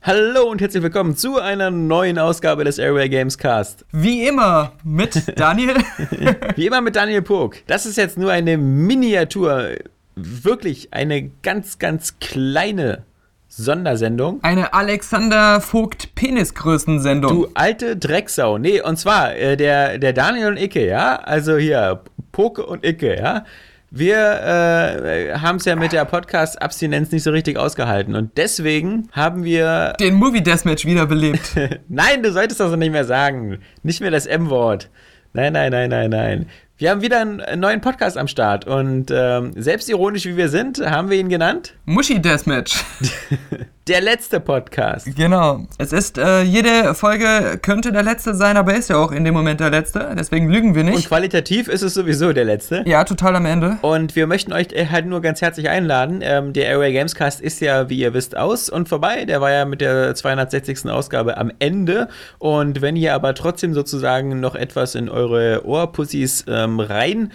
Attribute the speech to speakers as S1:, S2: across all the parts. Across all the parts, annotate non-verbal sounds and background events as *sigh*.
S1: Hallo und herzlich willkommen zu einer neuen Ausgabe des Airway Games Cast.
S2: Wie immer
S1: *laughs*
S2: mit Daniel.
S1: Wie immer mit Daniel Pog. Das ist jetzt nur eine Miniatur, wirklich eine ganz, ganz kleine Sondersendung.
S2: Eine Alexander Vogt Penisgrößensendung.
S1: Du alte Drecksau. Nee, und zwar äh, der, der Daniel und Icke, ja? Also hier, Poke und Icke, ja? Wir äh, haben es ja mit der Podcast-Abstinenz nicht so richtig ausgehalten und deswegen haben wir.
S2: Den Movie
S1: *laughs*
S2: Deathmatch wiederbelebt.
S1: Nein, du solltest das doch nicht mehr sagen. Nicht mehr das M-Wort. Nein, nein, nein, nein, nein. Wir haben wieder einen äh, neuen Podcast am Start und ähm, selbstironisch wie wir sind, haben wir ihn genannt.
S2: Muschi Deathmatch.
S1: Der letzte Podcast.
S2: Genau. Es ist, äh, jede Folge könnte der letzte sein, aber ist ja auch in dem Moment der letzte. Deswegen lügen wir
S1: Und
S2: nicht.
S1: qualitativ ist es sowieso der letzte.
S2: Ja, total am Ende.
S1: Und wir möchten euch äh, halt nur ganz herzlich einladen. Ähm, der Airway Gamescast ist ja, wie ihr wisst, aus und vorbei. Der war ja mit der 260. Ausgabe am Ende. Und wenn ihr aber trotzdem sozusagen noch etwas in eure Ohrpussys ähm, rein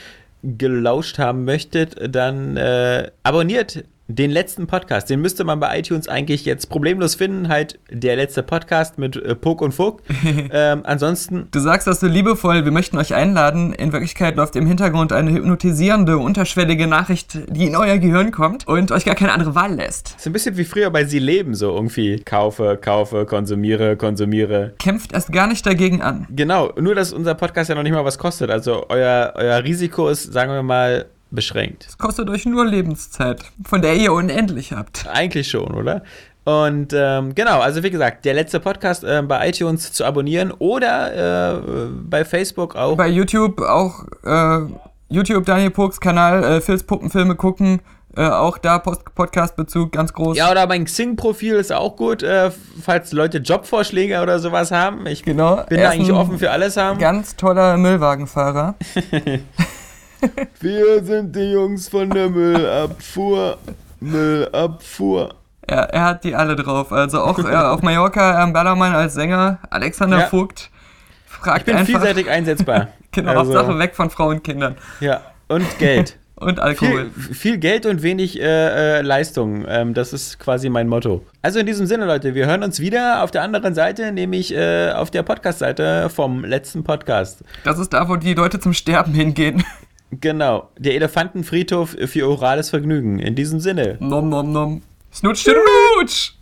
S1: gelauscht haben möchtet, dann äh, abonniert den letzten Podcast. Den müsste man bei iTunes eigentlich jetzt problemlos finden. Halt der letzte Podcast mit äh, Pok und Vogt. ähm, ansonsten
S2: Du sagst das so liebevoll, wir möchten euch einladen. In Wirklichkeit läuft im Hintergrund eine hypnotisierende, unterschwellige Nachricht, die in euer Gehirn kommt und euch gar keine andere Wahl lässt.
S1: Ist ein bisschen wie früher bei Sie leben, so irgendwie. Kaufe, kaufe, konsumiere, konsumiere.
S2: Kämpft erst gar nicht dagegen an.
S1: Genau, nur dass unser Podcast ja noch nicht mal was kostet. Also euer, euer Risiko ist, sagen wir mal, beschränkt.
S2: Es kostet euch nur Lebenszeit, von der ihr unendlich habt.
S1: Eigentlich schon, oder? Und ähm, genau, also wie gesagt, der letzte Podcast ähm, bei iTunes zu abonnieren oder äh, bei Facebook auch.
S2: bei YouTube auch äh, YouTube Daniel Pokes Kanal äh, Phils Puppenfilme gucken. Äh, auch da Post Podcast Bezug ganz groß.
S1: ja, oder mein Xing-Profil ist auch gut, äh, falls Leute Jobvorschläge oder sowas haben. Ich bin
S2: Genau.
S1: da
S2: Er ist
S1: eigentlich
S2: ein
S1: offen für alles haben.
S2: Ganz toller Müllwagenfahrer.
S1: Wir sind die Jungs von der Müllabfuhr. Müllabfuhr.
S2: er, er hat die alle drauf. Also auch
S1: *laughs*
S2: äh, auf Mallorca ähm, Ballermann als Sänger, Alexander
S1: Ja.
S2: Vogt. Fragt
S1: Ich bin
S2: einfach
S1: vielseitig einsetzbar.
S2: *laughs* genau
S1: Also.
S2: Hauptsache weg von Frauen, Kindern
S1: Ja, und Geld.
S2: und Alkohol.
S1: viel, viel Geld und wenig äh, äh, Leistung. Ähm, das ist quasi mein Motto. Also in diesem Sinne, Leute, wir hören uns wieder auf der anderen Seite, nämlich äh, auf der Podcast-Seite vom letzten Podcast.
S2: Das ist da, wo die Leute zum Sterben hingehen. *laughs*
S1: Genau, der Elefantenfriedhof für orales Vergnügen. In diesem Sinne.
S2: nom nom nom. Snutsch, Snutsch.